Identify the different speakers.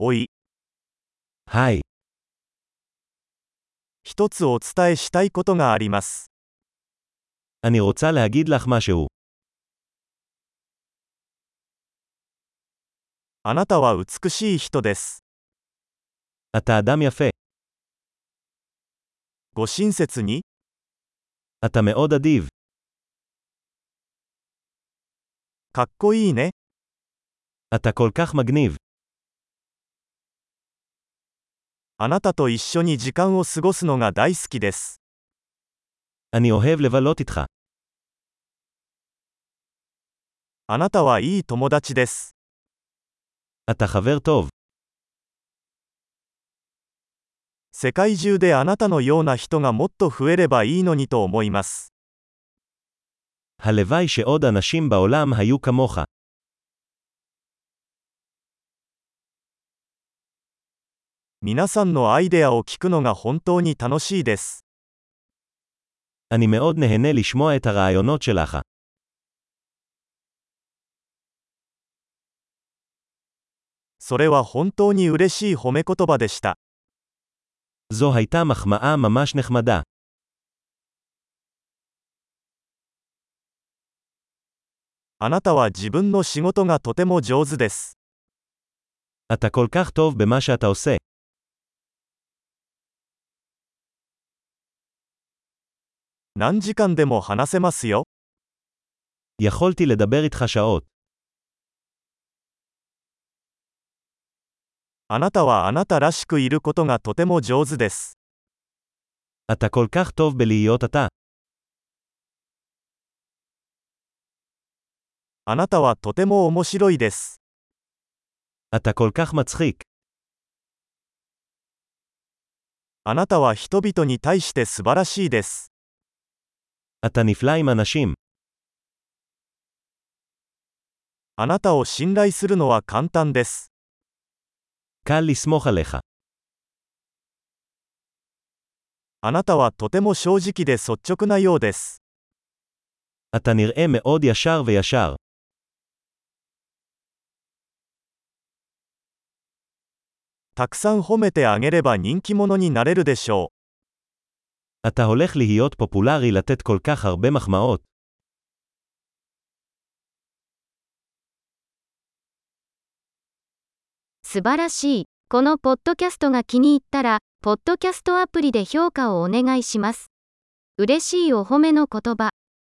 Speaker 1: おい、
Speaker 2: はい、
Speaker 1: 一つお伝えしたいことがあります。
Speaker 2: אני רוצה להגיד לך משהו.
Speaker 1: あなたは美しい人です。
Speaker 2: אתה אדם יפה,
Speaker 1: ご親切に、
Speaker 2: אתה מאוד אדיב,
Speaker 1: かっこいいね。
Speaker 2: אתה כל כך מגניב.
Speaker 1: あなたと一緒に時間を過ごすのが大好きです。
Speaker 2: אני אוהב לבלות איתך.
Speaker 1: あなたはいい友達です。
Speaker 2: אתה חבר טוב.
Speaker 1: 世界中であなたのような人がもっと増えればいいのにと思います。
Speaker 2: הלוואי שעוד אנשים בעולם היו כמוך.
Speaker 1: 皆さんのアイデアを聞くのが本当に楽しいです。
Speaker 2: אני מאוד נהנה לשמוע את הרעיונות שלך.
Speaker 1: それは本当に嬉しい褒め言葉でした。
Speaker 2: זו הייתה מחמאה ממש נחמדה.
Speaker 1: あなたは自分の仕事がとても上手です。
Speaker 2: אתה כל כך טוב במה שאתה עושה.
Speaker 1: 何時間でも話せますよ。
Speaker 2: יכולתי לדבר איתך שעות.
Speaker 1: あなたはあなたらしくいることがとても上手です。
Speaker 2: אתה כל כך טוב בלהיות אתה.
Speaker 1: あなたはとても面白いです。
Speaker 2: אתה כל כך מצחיק.
Speaker 1: あなたは人々に対して素晴らしいです。
Speaker 2: אתה נפלא עם אנשים.
Speaker 1: あなたを信頼するのは簡単です。
Speaker 2: קל לסמוך עליך.
Speaker 1: あなたはとても正直で率直なようです。
Speaker 2: אתה נראה מאוד ישר וישר.
Speaker 1: たくさん褒めてあげれば人気者になれるでしょう。
Speaker 2: אתה הולך להיות פופולרי לתת כל כך הרבה מחמאות.
Speaker 3: 素晴らしい。このポッドキャストが気に入ったら、ポッドキャストアプリで評価をお願いします。嬉しいお褒めの言葉。